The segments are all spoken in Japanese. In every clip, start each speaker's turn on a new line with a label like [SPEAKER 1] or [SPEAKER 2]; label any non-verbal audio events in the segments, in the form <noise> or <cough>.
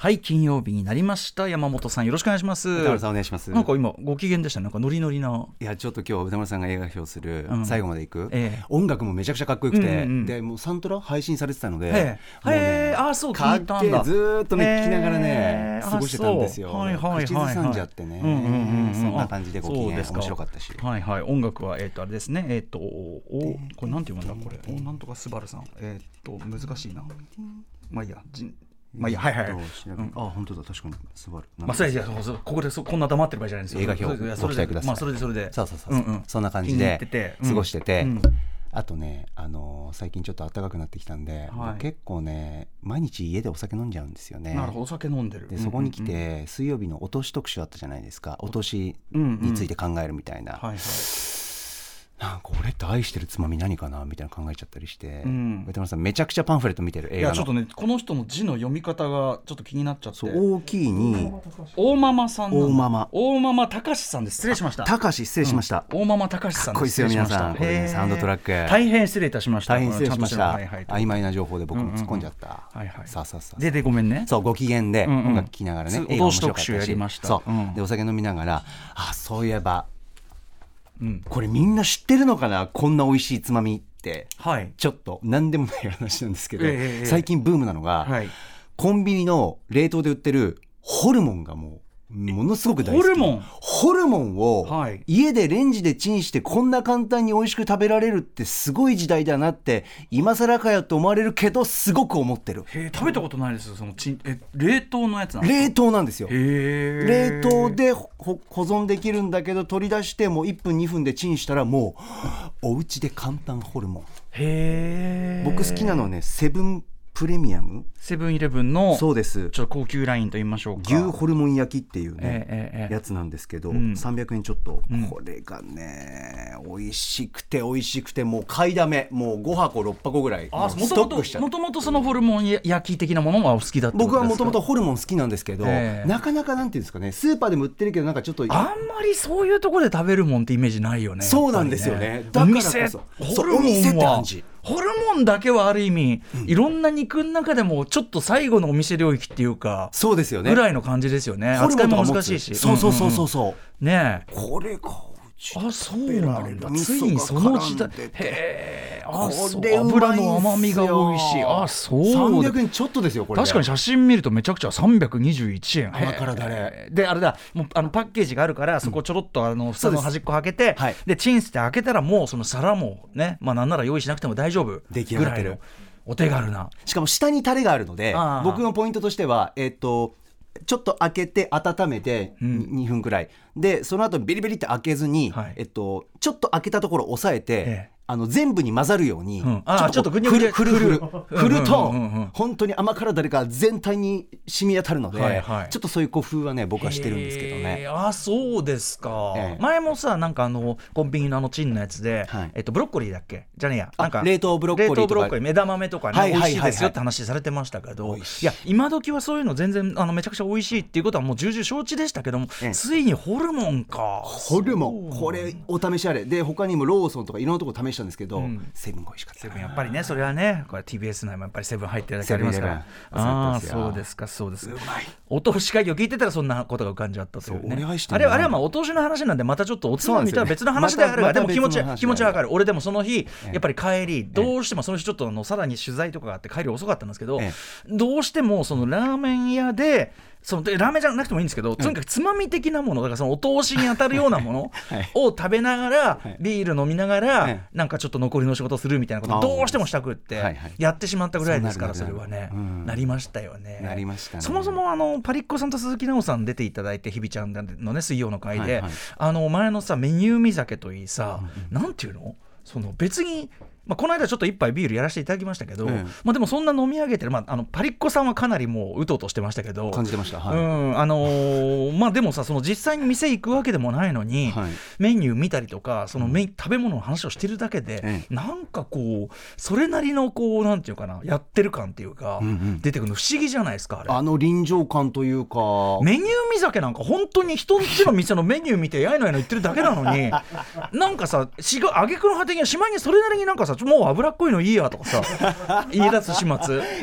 [SPEAKER 1] はい金曜日になりました山本さんよろしくお願いします
[SPEAKER 2] 歌丸さんお願いします
[SPEAKER 1] なんか今ご機嫌でしたねなんかノリノリない
[SPEAKER 2] やちょっと今日歌丸さんが映画表する
[SPEAKER 1] うん
[SPEAKER 2] 最後まで行く、
[SPEAKER 1] ええ
[SPEAKER 2] 音楽もめちゃくちゃかっこよくて、
[SPEAKER 1] うんうん
[SPEAKER 2] でもうサントラ配信されてたので、
[SPEAKER 1] ええ
[SPEAKER 2] もう
[SPEAKER 1] へえあそう
[SPEAKER 2] か
[SPEAKER 1] 聞
[SPEAKER 2] っ
[SPEAKER 1] いた
[SPEAKER 2] け
[SPEAKER 1] ん
[SPEAKER 2] え
[SPEAKER 1] だ
[SPEAKER 2] ずーっとね、
[SPEAKER 1] へえ
[SPEAKER 2] 聞きながらね
[SPEAKER 1] あ
[SPEAKER 2] 過ごしてたんですよ、
[SPEAKER 1] そうはいはいはいはい
[SPEAKER 2] 口ずさんじゃってね、
[SPEAKER 1] うんうんうんうん
[SPEAKER 2] そんな感じでご機
[SPEAKER 1] そう
[SPEAKER 2] 嫌
[SPEAKER 1] ですか
[SPEAKER 2] 面白かったし
[SPEAKER 1] はいはい音楽はえっ、とあれですねえっ、とおおこれなんて読むんだこれおなんとかスバルさんえっ、と難しいなまあいいやじんまあいいやはいはい、
[SPEAKER 2] ど
[SPEAKER 1] は
[SPEAKER 2] う
[SPEAKER 1] い
[SPEAKER 2] 調べるあ本当だ確かにスバル
[SPEAKER 1] まあ、それいやそうそうここでそこんな黙ってる場合じゃないですよ
[SPEAKER 2] 映画表
[SPEAKER 1] そういやそれ
[SPEAKER 2] ご期待
[SPEAKER 1] で
[SPEAKER 2] ください
[SPEAKER 1] まあそれでそれで
[SPEAKER 2] そうそうそうそう、
[SPEAKER 1] んん
[SPEAKER 2] そんな感じ
[SPEAKER 1] 気に入
[SPEAKER 2] で
[SPEAKER 1] ってて
[SPEAKER 2] 過ごしてて、
[SPEAKER 1] うん
[SPEAKER 2] あとね、あのー最近ちょっと暖かくなってきたん
[SPEAKER 1] は
[SPEAKER 2] で、
[SPEAKER 1] い
[SPEAKER 2] 僕結構ね毎日家でお酒飲んじゃうんですよね
[SPEAKER 1] なるほどお酒飲んでる
[SPEAKER 2] でそこに来て、水曜日のお通し特集あったじゃないですかお通しについて考えるみたいな、
[SPEAKER 1] はいはい
[SPEAKER 2] なんか俺って愛してるつまみ何かなみたいな考えちゃったりして、
[SPEAKER 1] うん
[SPEAKER 2] 渡辺さんめちゃくちゃパンフレット見てる
[SPEAKER 1] い
[SPEAKER 2] 映画
[SPEAKER 1] や
[SPEAKER 2] の
[SPEAKER 1] ちょっとねこの人の字の読み方がちょっと気になっちゃって
[SPEAKER 2] そう大きいに
[SPEAKER 1] 大ママさんなんだ
[SPEAKER 2] 大ママ
[SPEAKER 1] 大ママたかしさんです失礼しました
[SPEAKER 2] たかし失礼しました、
[SPEAKER 1] 大ママたかしさん
[SPEAKER 2] かっこいいですよ
[SPEAKER 1] 失礼しました
[SPEAKER 2] 皆さんこれね
[SPEAKER 1] へー
[SPEAKER 2] サウンドトラック
[SPEAKER 1] 大変失礼いたしました
[SPEAKER 2] 大変失礼しまし
[SPEAKER 1] ちゃん
[SPEAKER 2] た、
[SPEAKER 1] と調べはいはい
[SPEAKER 2] 曖昧な情報で僕も突っ込んじゃった、
[SPEAKER 1] うんうんはいはい
[SPEAKER 2] さあさあさあ
[SPEAKER 1] ででごめんね
[SPEAKER 2] そうご機嫌で
[SPEAKER 1] うんうん
[SPEAKER 2] 音楽聴きながらね、
[SPEAKER 1] そう
[SPEAKER 2] 映画面白かった
[SPEAKER 1] お通し特集やりました
[SPEAKER 2] そう、
[SPEAKER 1] うん
[SPEAKER 2] でお酒飲みながらあそういえば
[SPEAKER 1] うん
[SPEAKER 2] これみんな知ってるのかなこんな美味しいつまみって
[SPEAKER 1] はい
[SPEAKER 2] ちょっと何でもない話なんですけど、
[SPEAKER 1] ええええ
[SPEAKER 2] 最近ブームなのが、
[SPEAKER 1] はい
[SPEAKER 2] コンビニの冷凍で売ってるホルモンがもうものすごく大好き
[SPEAKER 1] ホルモン
[SPEAKER 2] ホルモンを
[SPEAKER 1] はい
[SPEAKER 2] 家でレンジでチンしてこんな簡単に美味しく食べられるってすごい時代だなって今更かよと思われるけどすごく思ってる
[SPEAKER 1] へー食べたことないですよそのちんえ冷凍のやつなんですか
[SPEAKER 2] 冷凍なんですよ
[SPEAKER 1] へ
[SPEAKER 2] 冷
[SPEAKER 1] ー
[SPEAKER 2] 凍でほほ保存できるんだけど取り出してもう1分2分でチンしたらもうお家で簡単ホルモン
[SPEAKER 1] へー
[SPEAKER 2] 僕好きなのはねセブンプレミアム
[SPEAKER 1] セブンイレブンの
[SPEAKER 2] そうです
[SPEAKER 1] ちょっと高級ラインと言いましょうか
[SPEAKER 2] 牛ホルモン焼きっていうね、
[SPEAKER 1] ええええ
[SPEAKER 2] やつなんですけど、
[SPEAKER 1] うん
[SPEAKER 2] 300円ちょっと、
[SPEAKER 1] うん
[SPEAKER 2] これがね美味しくて美味しくてもう買いだめもう5箱6箱ぐらいも
[SPEAKER 1] あ
[SPEAKER 2] う
[SPEAKER 1] も
[SPEAKER 2] ス
[SPEAKER 1] とも
[SPEAKER 2] トッ
[SPEAKER 1] と
[SPEAKER 2] プしちゃ
[SPEAKER 1] も
[SPEAKER 2] う
[SPEAKER 1] ともとそのホルモン焼き的なものはお好きだった
[SPEAKER 2] 僕はもともと
[SPEAKER 1] と
[SPEAKER 2] ホルモン好きなんですけど、
[SPEAKER 1] ええ
[SPEAKER 2] なかなかなんていうんですかねスーパーでも売ってるけどなんかちょっと
[SPEAKER 1] あんまりそういうところで食べるもんってイメージないよね
[SPEAKER 2] そうなんですよね
[SPEAKER 1] やっぱ
[SPEAKER 2] だか
[SPEAKER 1] り
[SPEAKER 2] ら
[SPEAKER 1] ね
[SPEAKER 2] こそ
[SPEAKER 1] お店
[SPEAKER 2] そ
[SPEAKER 1] ホ
[SPEAKER 2] う
[SPEAKER 1] ルモン
[SPEAKER 2] お店って
[SPEAKER 1] は
[SPEAKER 2] 感じ
[SPEAKER 1] ホルモンだけはある意味、いろんな肉の中でもちょっと最後のお店領域っていうか
[SPEAKER 2] そうですよね
[SPEAKER 1] ぐらいの感じですよね
[SPEAKER 2] ホル
[SPEAKER 1] 扱
[SPEAKER 2] モ
[SPEAKER 1] い
[SPEAKER 2] ンとか
[SPEAKER 1] も
[SPEAKER 2] 持
[SPEAKER 1] 難
[SPEAKER 2] つ
[SPEAKER 1] しいし
[SPEAKER 2] そうそうそうそううそう、
[SPEAKER 1] んうんねえ
[SPEAKER 2] これかお家で
[SPEAKER 1] あそうなんだ
[SPEAKER 2] 味噌が
[SPEAKER 1] ついにその時代
[SPEAKER 2] 絡んで
[SPEAKER 1] へ
[SPEAKER 2] て
[SPEAKER 1] えあそ
[SPEAKER 2] こ
[SPEAKER 1] う
[SPEAKER 2] れうまいんすよ
[SPEAKER 1] 油の甘みが美味しいあそうだ
[SPEAKER 2] 300円ちょっとですよこれ
[SPEAKER 1] 確かに
[SPEAKER 2] に
[SPEAKER 1] 写真見るとめちゃくちゃ321円
[SPEAKER 2] 甘辛だれ
[SPEAKER 1] へーであれだもうあのパッケージがあるからそこちょろっとあの蓋の端っこ開けて、
[SPEAKER 2] はい
[SPEAKER 1] でチンして開けたらもうその皿もねまあなんなら用意しなくても大丈夫
[SPEAKER 2] 出来上
[SPEAKER 1] ぐ
[SPEAKER 2] がっ
[SPEAKER 1] ら
[SPEAKER 2] て
[SPEAKER 1] い
[SPEAKER 2] る
[SPEAKER 1] のお手軽な
[SPEAKER 2] しかも下にタレがあるので
[SPEAKER 1] あー
[SPEAKER 2] 僕のポイントとしてはえっ、とちょっと開けて温めて
[SPEAKER 1] ん
[SPEAKER 2] 2分くらい、でその後ビリビリって開けずに、
[SPEAKER 1] はい
[SPEAKER 2] えっと、ちょっと開けたところを押さえて、
[SPEAKER 1] ええ
[SPEAKER 2] あの全部に混ざるように、
[SPEAKER 1] うんあー
[SPEAKER 2] ちょっとこう
[SPEAKER 1] ちょっとぐにゅぐ
[SPEAKER 2] フ
[SPEAKER 1] にゅ
[SPEAKER 2] ルフルフ
[SPEAKER 1] うん
[SPEAKER 2] ルフルトーン、
[SPEAKER 1] うんうんうんうん
[SPEAKER 2] 本当に甘辛だれが全体に染み当たるので、
[SPEAKER 1] はいはい
[SPEAKER 2] ちょっとそういう工夫はね僕はしてるんですけどね
[SPEAKER 1] へ。ーあそうですか、
[SPEAKER 2] ええ
[SPEAKER 1] 前もさなんかあのコンビニのあのチンのやつで、
[SPEAKER 2] はい
[SPEAKER 1] えっと、ブロッコリーだっけじゃねえや
[SPEAKER 2] あ
[SPEAKER 1] なんか
[SPEAKER 2] 冷凍ブロッコリーとか
[SPEAKER 1] 冷凍ブロッコリー枝豆とかね、
[SPEAKER 2] はいはいはいはい
[SPEAKER 1] 美味しいですよって話されてましたけど
[SPEAKER 2] 美
[SPEAKER 1] い
[SPEAKER 2] 味しい
[SPEAKER 1] や今時はそういうの全然あのめちゃくちゃ美味しいっていうことはもう重々承知でしたけども、
[SPEAKER 2] ええ
[SPEAKER 1] ついにホルモンか
[SPEAKER 2] ホルモンこれお試しあれで他にもローソンとかいろんなとこ試したんですけど、
[SPEAKER 1] うん
[SPEAKER 2] セブンが美味しかった
[SPEAKER 1] セブンやっぱりねそれはねこれ TBS 内もやっぱりセブン入ってるだけありますから
[SPEAKER 2] セブンイレブン
[SPEAKER 1] ああ
[SPEAKER 2] そうです
[SPEAKER 1] そ
[SPEAKER 2] よ
[SPEAKER 1] うですかそうですか
[SPEAKER 2] うまい
[SPEAKER 1] お通し会議を聞いてたらそんなことが浮かんじゃったというね
[SPEAKER 2] そう俺愛して
[SPEAKER 1] あ
[SPEAKER 2] る
[SPEAKER 1] れ
[SPEAKER 2] な
[SPEAKER 1] はあれはまあお通しの話なんでまたちょっとおつまみとは別の話
[SPEAKER 2] そう
[SPEAKER 1] で
[SPEAKER 2] なん
[SPEAKER 1] あ
[SPEAKER 2] ですよね
[SPEAKER 1] るがでも
[SPEAKER 2] また
[SPEAKER 1] 気持ち
[SPEAKER 2] また別の話
[SPEAKER 1] 気持ちはわかる俺でもその日
[SPEAKER 2] え
[SPEAKER 1] やっぱり帰りどうしてもその日ちょっとあのさらに取材とかがあって帰り遅かったんですけど
[SPEAKER 2] え
[SPEAKER 1] どうしてもそのラーメン屋でそのでラーメンじゃなくてもいいんですけどとにかくつまみ的なものだからそのお通しに当たるようなもの
[SPEAKER 2] <laughs> はい
[SPEAKER 1] を食べながら
[SPEAKER 2] はい
[SPEAKER 1] ビール飲みなが
[SPEAKER 2] え
[SPEAKER 1] ら
[SPEAKER 2] え
[SPEAKER 1] なんかちょっと残りの仕事するみたいなことを
[SPEAKER 2] あー
[SPEAKER 1] どうしてもしたくって
[SPEAKER 2] はいはい
[SPEAKER 1] やってしまったぐらいですからそ
[SPEAKER 2] そうな
[SPEAKER 1] れ
[SPEAKER 2] るな
[SPEAKER 1] はね
[SPEAKER 2] うん
[SPEAKER 1] なりましたよね。
[SPEAKER 2] なりましたね
[SPEAKER 1] そもそもあのパリッコさんと鈴木奈さん出ていただいて日比ちゃんのね水曜の会で、
[SPEAKER 2] はいはい
[SPEAKER 1] あの前のさメニュー見酒といいさ、なんていうのその別に。まあ、この間ちょっと一杯ビールやらせていただきましたけど、
[SPEAKER 2] ええ
[SPEAKER 1] まあ、でもそんな飲み上げてる、まあ、あのパリッコさんはかなりもううとうとしてましたけど
[SPEAKER 2] 感じてました、は
[SPEAKER 1] う
[SPEAKER 2] い
[SPEAKER 1] んあのーまあでもさその実際に店行くわけでもないのに、
[SPEAKER 2] はい
[SPEAKER 1] メニュー見たりとかそのメイン食べ物の話をしてるだけで、
[SPEAKER 2] ええ
[SPEAKER 1] なんかこうそれなりのこうなんていうかなやってる感っていうか、
[SPEAKER 2] うんうん
[SPEAKER 1] 出てくるの不思議じゃないですかあれ。
[SPEAKER 2] あの臨場感というか
[SPEAKER 1] メニュー見酒なんか本当に人んちの店のメ
[SPEAKER 2] <laughs>
[SPEAKER 1] ニュー見てやいのやいの言ってるだけなのになんかさしが挙句の果てにはしまいにそれなりになんかさちょもう脂っこいのいいやとか
[SPEAKER 2] <laughs>
[SPEAKER 1] さ言い出す始末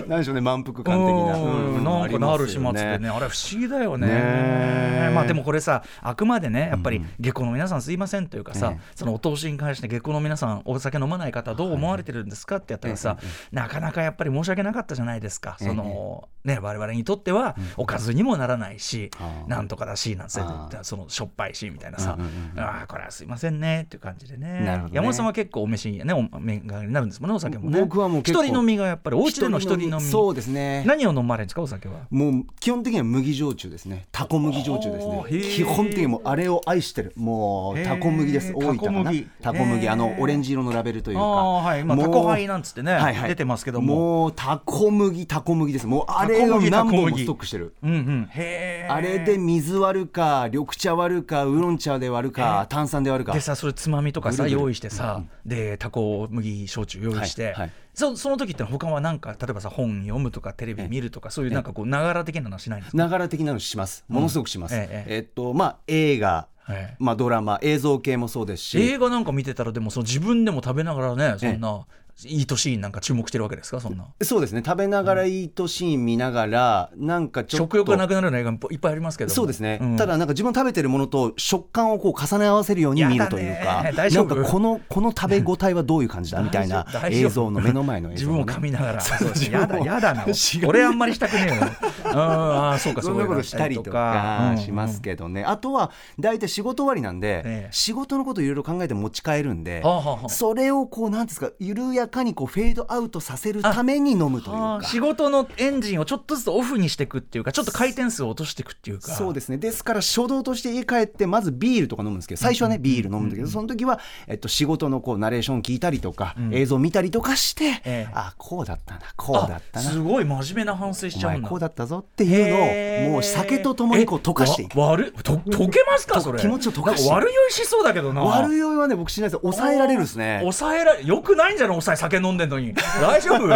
[SPEAKER 2] なんでしょうね満腹感的な
[SPEAKER 1] うんなんかなる始末ってねあれ不思議だよね
[SPEAKER 2] ねえ
[SPEAKER 1] まあでもこれさあくまでねやっぱり下戸の皆さんすいませんというかさ、
[SPEAKER 2] ええ
[SPEAKER 1] そのお通しに関して下戸の皆さんお酒飲まない方どう思われてるんですかってやったらさ、なかなかやっぱり申し訳なかったじゃないですか、そのね我々にとってはおかずにもならないし、
[SPEAKER 2] ああ
[SPEAKER 1] なんとかだしなんつって
[SPEAKER 2] ああ
[SPEAKER 1] そのしょっぱいしみたいなさ、
[SPEAKER 2] うんうんうん
[SPEAKER 1] ああこれはすいませんねっていう感じでね
[SPEAKER 2] なるほどね
[SPEAKER 1] 山本さんは結構お召しにねお面がになるんですもんねお酒もね
[SPEAKER 2] 僕はもう結構
[SPEAKER 1] 一人飲みがやっぱりお家での一人飲み
[SPEAKER 2] そうですね
[SPEAKER 1] 何を飲まれるんですかお酒は
[SPEAKER 2] もう基本的には麦焼酎ですねタコ麦焼酎です
[SPEAKER 1] お
[SPEAKER 2] ね
[SPEAKER 1] ーへー
[SPEAKER 2] 基本的にもうあれを愛してるも
[SPEAKER 1] へ
[SPEAKER 2] う
[SPEAKER 1] ー
[SPEAKER 2] タコ麦です大分
[SPEAKER 1] タコ
[SPEAKER 2] かな
[SPEAKER 1] 麦
[SPEAKER 2] タコ麦
[SPEAKER 1] へー
[SPEAKER 2] あのオレンジ色のラベルという
[SPEAKER 1] あ
[SPEAKER 2] か
[SPEAKER 1] あはいまあ
[SPEAKER 2] もう
[SPEAKER 1] タコハイなんつってね、
[SPEAKER 2] はいはい
[SPEAKER 1] 出てますけども
[SPEAKER 2] もうタコ麦タコ麦ですもうあれ
[SPEAKER 1] タコ
[SPEAKER 2] を
[SPEAKER 1] 麦
[SPEAKER 2] 何
[SPEAKER 1] タコ
[SPEAKER 2] 本も
[SPEAKER 1] 麦
[SPEAKER 2] ストックしてる
[SPEAKER 1] うんうんへえ
[SPEAKER 2] あれで水割るか緑茶割るかウーロン茶で割るか炭酸で割るか
[SPEAKER 1] でさそれつまみとかさ
[SPEAKER 2] ぐるぐる
[SPEAKER 1] 用意してさ、でタコ麦焼酎用意して、
[SPEAKER 2] はいはい
[SPEAKER 1] そその時って他はなんか例えばさ本読むとかテレビ見るとかそういうなんかこうながら的なのはしないんですか、
[SPEAKER 2] ながら的なのしますものすごくします
[SPEAKER 1] うんえええ
[SPEAKER 2] えっとまあ映画
[SPEAKER 1] ええ
[SPEAKER 2] まあドラマ映像系もそうですし
[SPEAKER 1] 映画なんか見てたらでもその自分でも食べながらねそんな、いい年になんか注目してるわけですかそんな
[SPEAKER 2] そうですね食べながらいいとシーン見ながらなんかちょっ
[SPEAKER 1] 食
[SPEAKER 2] と
[SPEAKER 1] 欲がなくなるような映画もいっぱいありますけども
[SPEAKER 2] そうですね、
[SPEAKER 1] うん
[SPEAKER 2] ただなんか自分食べてるものと食感をこう重ね合わせるように見るという
[SPEAKER 1] やだ
[SPEAKER 2] か
[SPEAKER 1] ね大丈
[SPEAKER 2] なん
[SPEAKER 1] 夫
[SPEAKER 2] かこのこの食べ応えはどういう感じだみたいな
[SPEAKER 1] <laughs> 大丈夫
[SPEAKER 2] 映像の目の前の映
[SPEAKER 1] 自
[SPEAKER 2] 像
[SPEAKER 1] 分
[SPEAKER 2] のね、
[SPEAKER 1] を噛みながら、
[SPEAKER 2] <laughs> そう
[SPEAKER 1] そうです
[SPEAKER 2] 自
[SPEAKER 1] や
[SPEAKER 2] 分
[SPEAKER 1] だ
[SPEAKER 2] を
[SPEAKER 1] やだな
[SPEAKER 2] 違う
[SPEAKER 1] 俺あんまりしたくねえようんああそうか
[SPEAKER 2] そ
[SPEAKER 1] うんいう
[SPEAKER 2] な
[SPEAKER 1] の
[SPEAKER 2] ことしたりとかしますけどね、あとは大体仕事終わりなんで、
[SPEAKER 1] ええ
[SPEAKER 2] 仕事のこといろいろ考えて持ち帰るんで、
[SPEAKER 1] はあはあはあ
[SPEAKER 2] それをこうなんていうんですか緩やかにこうフェードアウトさせるために飲むという
[SPEAKER 1] は
[SPEAKER 2] か
[SPEAKER 1] あ。仕事のエンジンをちょっとずつオフにしていくっていうかちょっと回転数を落としていくっていうか
[SPEAKER 2] そうですねですから初動として家帰ってまずビールとか飲むんですけど最初はねビール飲むんだけどその時は、えっと、仕事のこうナレーション聞いたりとか、映像見たりとかして、
[SPEAKER 1] ええ
[SPEAKER 2] あこうだったなこうだ
[SPEAKER 1] あ
[SPEAKER 2] ったな
[SPEAKER 1] すごい真面目な反省し
[SPEAKER 2] お
[SPEAKER 1] ちゃう
[SPEAKER 2] 前
[SPEAKER 1] んだ
[SPEAKER 2] こうだったぞっていう
[SPEAKER 1] へー
[SPEAKER 2] のをもう酒とともにこう溶かしていく
[SPEAKER 1] えわ悪いと溶けますか
[SPEAKER 2] と
[SPEAKER 1] それ
[SPEAKER 2] 気持ちを溶かして
[SPEAKER 1] なん悪酔いしそうだけどな
[SPEAKER 2] 悪酔いはね僕しないです抑えられるですね
[SPEAKER 1] 抑えられよくないんじゃない抑え酒飲んでんのに
[SPEAKER 2] <laughs>
[SPEAKER 1] 大丈夫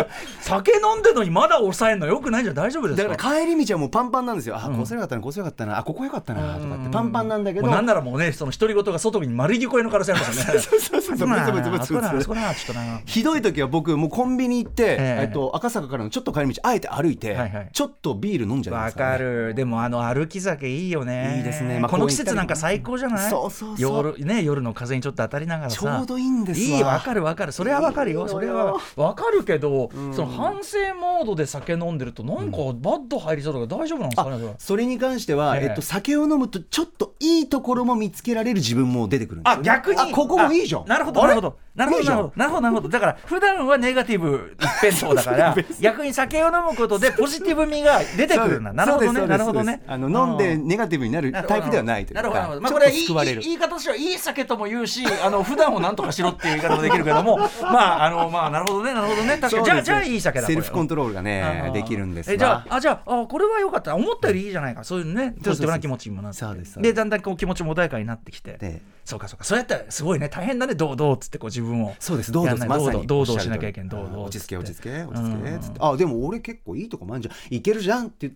[SPEAKER 1] 酒飲んでんのにまだ抑えんのよくないんじゃない大丈夫ですか
[SPEAKER 2] だから帰り道はもうパンパンなんですよ、あこうすればよかったなこうすればよかったなあここよかったなとかってパンパンなんだけど、
[SPEAKER 1] もうなんならもうねその独り言が外に丸い聞こえの可能性あるからねそうそう
[SPEAKER 2] <laughs> そうそう
[SPEAKER 1] あそこ
[SPEAKER 2] ブツブツブツブツ
[SPEAKER 1] なあそこなあそこなあちょっとな
[SPEAKER 2] ひどい時は僕もうコンビニ行って、
[SPEAKER 1] ええ
[SPEAKER 2] えっと、赤坂からのちょっと帰り道あえて歩いて、
[SPEAKER 1] はいはい
[SPEAKER 2] ちょっとビール飲んじゃいま
[SPEAKER 1] わ
[SPEAKER 2] すから、ね
[SPEAKER 1] か、るでもあの歩き酒いいよね
[SPEAKER 2] いいですねまあ
[SPEAKER 1] この季節なんか最高じゃない
[SPEAKER 2] そうそうそう
[SPEAKER 1] 夜ね夜の風にちょっと当たりながらさ
[SPEAKER 2] ちょうどいいんですわ
[SPEAKER 1] いいわかるわかるそれはわかるよ
[SPEAKER 2] いいのよ
[SPEAKER 1] それはわかるけどその反省モードで酒飲んでるとなんかバッド入りそうだから大丈夫なんですかねそれ
[SPEAKER 2] あそれに関しては、
[SPEAKER 1] ええ
[SPEAKER 2] えっと、酒を飲むとちょっといいところも見つけられる自分も出てくるんですよ
[SPEAKER 1] あ
[SPEAKER 2] ね、
[SPEAKER 1] 逆に
[SPEAKER 2] あここもいいじゃん
[SPEAKER 1] あなるほど
[SPEAKER 2] あ
[SPEAKER 1] な
[SPEAKER 2] れ
[SPEAKER 1] るほどなるほ
[SPEAKER 2] い
[SPEAKER 1] ど
[SPEAKER 2] いじ
[SPEAKER 1] な
[SPEAKER 2] ゃ
[SPEAKER 1] る
[SPEAKER 2] ん
[SPEAKER 1] ほどなるほどなるほどだから普段はネガティブ一辺倒だから <laughs> 逆に酒を飲むことでポジティブ味が出てくるんだなるほど
[SPEAKER 2] そうで
[SPEAKER 1] ね
[SPEAKER 2] す
[SPEAKER 1] なるほど
[SPEAKER 2] そう
[SPEAKER 1] ね
[SPEAKER 2] ですあの飲んでネガティブになるタイプではないというか
[SPEAKER 1] なるほどなるほど、まあ、
[SPEAKER 2] ち
[SPEAKER 1] こ
[SPEAKER 2] ょっ
[SPEAKER 1] れは
[SPEAKER 2] と
[SPEAKER 1] いい
[SPEAKER 2] 救われる
[SPEAKER 1] 言い方としてはいい酒とも言うしあの普段をなんとかしろっていう言い方もできるけども <laughs> まああのまあなるほどねなるほどね確か
[SPEAKER 2] そう
[SPEAKER 1] にじ
[SPEAKER 2] です
[SPEAKER 1] ゃ
[SPEAKER 2] ね
[SPEAKER 1] あじゃあいい酒だ
[SPEAKER 2] セルフコン
[SPEAKER 1] ト
[SPEAKER 2] トロールがねできるんです
[SPEAKER 1] えじゃ
[SPEAKER 2] が
[SPEAKER 1] ああじゃああこれは良かった思ったよりいいじゃないかそういうねポ
[SPEAKER 2] そう
[SPEAKER 1] ジテ
[SPEAKER 2] そうそう
[SPEAKER 1] ィブな気持ちにもなって
[SPEAKER 2] そうですそう
[SPEAKER 1] で
[SPEAKER 2] です
[SPEAKER 1] だんだんこう気持ちも穏やかになってきて
[SPEAKER 2] で
[SPEAKER 1] そうかそうかそうやったらすごいね大変だねどうどうっつってこう自分を
[SPEAKER 2] そうです、どう
[SPEAKER 1] や
[SPEAKER 2] ぞ、
[SPEAKER 1] んない
[SPEAKER 2] ま
[SPEAKER 1] どう
[SPEAKER 2] さ
[SPEAKER 1] どう
[SPEAKER 2] に。
[SPEAKER 1] どうどうしなきゃいけんどうどう
[SPEAKER 2] 落ち着け、
[SPEAKER 1] っつ
[SPEAKER 2] 落
[SPEAKER 1] って
[SPEAKER 2] ち着け、落ち着
[SPEAKER 1] う
[SPEAKER 2] け、
[SPEAKER 1] ん
[SPEAKER 2] つって。あ、でも俺結構いいとこもあるじゃん。いけるじゃんって言っ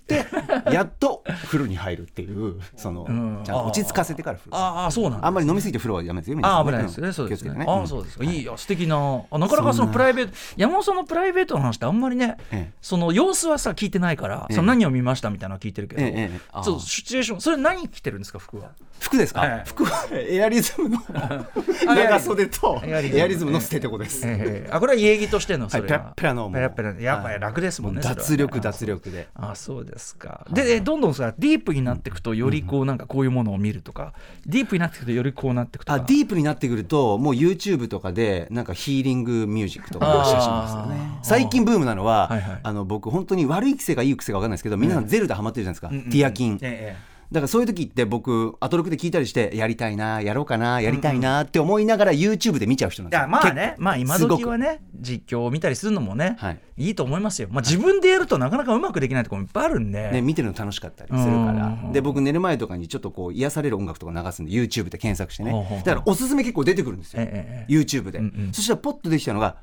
[SPEAKER 2] て、やっと風呂に入るって
[SPEAKER 1] <laughs>
[SPEAKER 2] いう、その
[SPEAKER 1] ん、
[SPEAKER 2] ちゃんと落ち着かせてから風呂。
[SPEAKER 1] ああそうなんだ
[SPEAKER 2] あんまり飲みすぎて風呂はやめですよ、皆
[SPEAKER 1] あ
[SPEAKER 2] さ
[SPEAKER 1] あ
[SPEAKER 2] ん
[SPEAKER 1] 危
[SPEAKER 2] ね。
[SPEAKER 1] ないです
[SPEAKER 2] う
[SPEAKER 1] ね。
[SPEAKER 2] ん
[SPEAKER 1] そうです
[SPEAKER 2] 気をつけて
[SPEAKER 1] ね
[SPEAKER 2] ね。
[SPEAKER 1] あ
[SPEAKER 2] う
[SPEAKER 1] あ
[SPEAKER 2] ん
[SPEAKER 1] そうですか。いいや素敵な。あなかなかそのプライベート山本さんのプライベートの話ってあんまりね
[SPEAKER 2] ええ、
[SPEAKER 1] その様子はさ聞いてないから、
[SPEAKER 2] え
[SPEAKER 1] その何を見ましたみたいなのは聞いてるけ
[SPEAKER 2] ええええあ
[SPEAKER 1] ど、
[SPEAKER 2] あ
[SPEAKER 1] そうシチュエーションそれ何着てるんですか服は。
[SPEAKER 2] 服です
[SPEAKER 1] はい
[SPEAKER 2] か服はエアリズムの
[SPEAKER 1] <laughs> あエア
[SPEAKER 2] 長
[SPEAKER 1] リズム
[SPEAKER 2] 袖と
[SPEAKER 1] エアリズム
[SPEAKER 2] エアリズムの捨ててこです。
[SPEAKER 1] ええあこれは家着としてのそれは。
[SPEAKER 2] はいペラッペラのもう
[SPEAKER 1] ペラッペラやっぱり楽ですもんね。それはね
[SPEAKER 2] 脱力、脱。力で。
[SPEAKER 1] ああそうですか。でえどんどんさディープになっていくとよりこうなんかこういうものを見るとか、ディープになっていくとよりこうなっていくとか。
[SPEAKER 2] あディープになってくるともう YouTube とかでなんかヒーリングミュージックとかをし始めますよね
[SPEAKER 1] あー
[SPEAKER 2] 最近ブームなのは、
[SPEAKER 1] はいはい
[SPEAKER 2] あの僕本当に悪い癖がいい癖が分かんないですけど皆さんゼルダハマってるじゃないですか、
[SPEAKER 1] うん
[SPEAKER 2] ティアキン、だ
[SPEAKER 1] ええ
[SPEAKER 2] からそういう時って僕アトロクで聞いたりしてやりたいなやろうかなやりたいなって思いながら YouTube で見ちゃう人なん
[SPEAKER 1] い
[SPEAKER 2] ですよ
[SPEAKER 1] やまあね
[SPEAKER 2] 結、構
[SPEAKER 1] まあ今
[SPEAKER 2] すご
[SPEAKER 1] 時
[SPEAKER 2] く
[SPEAKER 1] はね、実況を見たりするのもね、
[SPEAKER 2] はい
[SPEAKER 1] い、いと思いますよ。まあ自分でやるとなかなかうまくできないところもいっぱいあるんで。
[SPEAKER 2] ね、見てるの楽しかったりするか
[SPEAKER 1] うんうんう
[SPEAKER 2] ら
[SPEAKER 1] ん
[SPEAKER 2] で僕寝る前とかにちょっとこう癒される音楽とか流すんで YouTube で検索して
[SPEAKER 1] ほうほうほ
[SPEAKER 2] ね
[SPEAKER 1] う
[SPEAKER 2] だからおすすめ結構出てくるんですよ
[SPEAKER 1] ええええ
[SPEAKER 2] YouTube で、
[SPEAKER 1] うんうん
[SPEAKER 2] そしたらポッとできたのが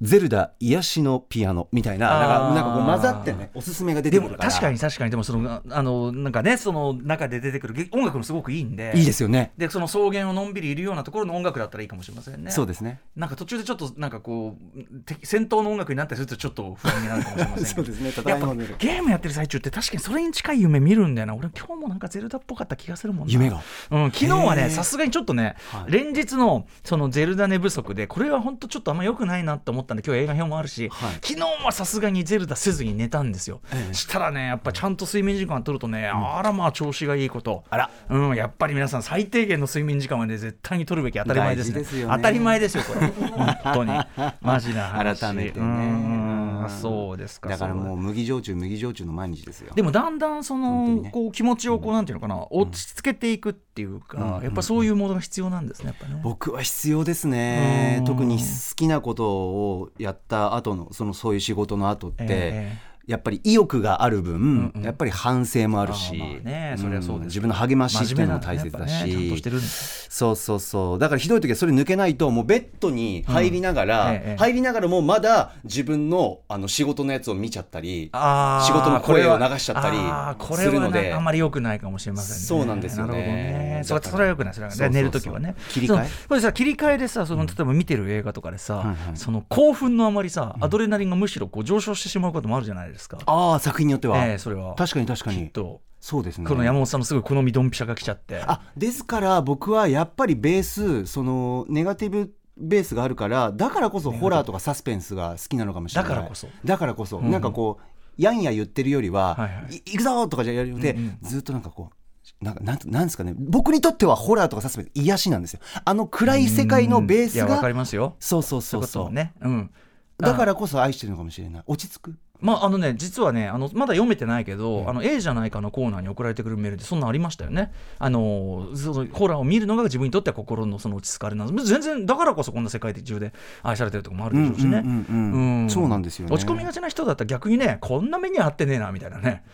[SPEAKER 2] ゼルダ癒しのピアノみたいなな
[SPEAKER 1] あー
[SPEAKER 2] んかなんかこう混ざってねおすすめが出て
[SPEAKER 1] で
[SPEAKER 2] く
[SPEAKER 1] も
[SPEAKER 2] るから
[SPEAKER 1] 確かに確かにでもそのあのなんかねその中で出てくる音楽もすごくいいんで
[SPEAKER 2] いいですよね
[SPEAKER 1] でその草原をのんびりいるようなところの音楽だったらいいかもしれませんね
[SPEAKER 2] そうですね
[SPEAKER 1] なんか途中でちょっとなんかこうて戦闘の音楽になったりするとちょっと不安になるかもしれませんけど
[SPEAKER 2] <laughs> そうですねただ
[SPEAKER 1] やっ
[SPEAKER 2] い
[SPEAKER 1] ぱ
[SPEAKER 2] ま
[SPEAKER 1] ゲ
[SPEAKER 2] 見る
[SPEAKER 1] ームやってる最中って確かにそれに近い夢見るんだよな俺今日もなんかゼルダっぽかった気がするもんな
[SPEAKER 2] 夢が
[SPEAKER 1] うん、昨日はね
[SPEAKER 2] へー
[SPEAKER 1] さすがにちょっとね、
[SPEAKER 2] はい
[SPEAKER 1] 連日のそのゼルダ寝不足でこれは本当ちょっとあんま良くないなと思ったんで今日映画表もあるし、
[SPEAKER 2] はい
[SPEAKER 1] 昨日はさすがにゼルダせずに寝たんですよ、
[SPEAKER 2] ええ
[SPEAKER 1] したらねやっぱちゃんと睡眠時間取るとね、あらまあ調子がいいこと
[SPEAKER 2] あら
[SPEAKER 1] うん、やっぱり皆さん最低限の睡眠時間はね絶対に取るべき当たり前ですね
[SPEAKER 2] 大事ですよね
[SPEAKER 1] 当たり前ですよこれ本当
[SPEAKER 2] <laughs>
[SPEAKER 1] にマジな話
[SPEAKER 2] 改めてね
[SPEAKER 1] うん
[SPEAKER 2] うん
[SPEAKER 1] そうですか
[SPEAKER 2] だから
[SPEAKER 1] そう
[SPEAKER 2] もう麦焼酎麦焼酎の毎日ですよ
[SPEAKER 1] でもだんだんそ
[SPEAKER 2] 本当に
[SPEAKER 1] の、
[SPEAKER 2] ね
[SPEAKER 1] こう気持ちをこうなんていうのかな落ち着けていくっていうか、
[SPEAKER 2] うん
[SPEAKER 1] やっぱそういうモードが必要なんですねやっぱね。
[SPEAKER 2] 僕は必要ですね
[SPEAKER 1] うん
[SPEAKER 2] 特に好きなことをやった後のそのそういう仕事の後って、
[SPEAKER 1] え
[SPEAKER 2] やっぱり意欲がある分、
[SPEAKER 1] うんうん
[SPEAKER 2] やっぱり反省もあるし
[SPEAKER 1] あーまあねそりゃそうですよ
[SPEAKER 2] ん自分の励ましっていうのも大切だ
[SPEAKER 1] 真面目なんねやっぱねちゃんとし
[SPEAKER 2] して
[SPEAKER 1] るんです
[SPEAKER 2] そうそうそうだからひどい時はそれ抜けないともうベッドに入りながら、
[SPEAKER 1] うんええ
[SPEAKER 2] 入りながらもまだ自分のあの仕事のやつを見ちゃったり
[SPEAKER 1] あー
[SPEAKER 2] 仕事の声を流しちゃったり
[SPEAKER 1] あーこれ
[SPEAKER 2] する
[SPEAKER 1] は
[SPEAKER 2] ので
[SPEAKER 1] ねあんまり良くないかもしれませんね。
[SPEAKER 2] そうなんですよね
[SPEAKER 1] なるほどね。そ
[SPEAKER 2] だ
[SPEAKER 1] う
[SPEAKER 2] から
[SPEAKER 1] それは良くないそれは良く
[SPEAKER 2] そ
[SPEAKER 1] な
[SPEAKER 2] うそう
[SPEAKER 1] い
[SPEAKER 2] そ
[SPEAKER 1] 寝
[SPEAKER 2] う
[SPEAKER 1] る時はね。
[SPEAKER 2] 切り替え
[SPEAKER 1] そのこれさ切り替えでさその例えば見てる映画とかで
[SPEAKER 2] はいは
[SPEAKER 1] さ、
[SPEAKER 2] い
[SPEAKER 1] その興奮のあまりさアドレナリンがむしろこう上昇してしまうこともあるじゃないですか。
[SPEAKER 2] ああ作品によっては、
[SPEAKER 1] ええそれは
[SPEAKER 2] 確かに確か
[SPEAKER 1] き
[SPEAKER 2] に
[SPEAKER 1] っと。
[SPEAKER 2] そうですね
[SPEAKER 1] この山本さんのすごい好みドンピシャが来ちゃって。
[SPEAKER 2] あですから僕はやっぱりベースそのネガティブベースがあるからだからこそホラーとかサスペンスが好きなのかもしれない
[SPEAKER 1] だからこそ
[SPEAKER 2] だからこそ、
[SPEAKER 1] うん
[SPEAKER 2] なんかこうやんや言ってるよりは「
[SPEAKER 1] はい
[SPEAKER 2] い
[SPEAKER 1] はい
[SPEAKER 2] 行くぞ!」とかじゃやるよりで、
[SPEAKER 1] うんうん
[SPEAKER 2] ずっとなんかこう。なんかなんなんですかね僕にとってはホラーとかサスペンス癒しなんですよあの暗い世界のベー
[SPEAKER 1] う
[SPEAKER 2] ス
[SPEAKER 1] んいやわか
[SPEAKER 2] が
[SPEAKER 1] りますよ。
[SPEAKER 2] そうそう
[SPEAKER 1] そ
[SPEAKER 2] そう
[SPEAKER 1] いううこと
[SPEAKER 2] そ
[SPEAKER 1] を
[SPEAKER 2] う、
[SPEAKER 1] ね。うん。。
[SPEAKER 2] だかららこそ愛してるのかもしれない落ち着く
[SPEAKER 1] まああのね実はねあのまだ読めてないけど、あの A じゃないかのコーナーに送られてくるメールでそんなんありましたよね。あのそのホラーを見るのが自分にとっては心のその落ち着かれなんです。全然だからこそこんな世界中で愛されてるとこもあるでしょうしね。
[SPEAKER 2] うんうんうんうんそうなんですよね
[SPEAKER 1] 落ち込みがちな人だったら逆にねこんな目に遭ってねえなみたいなね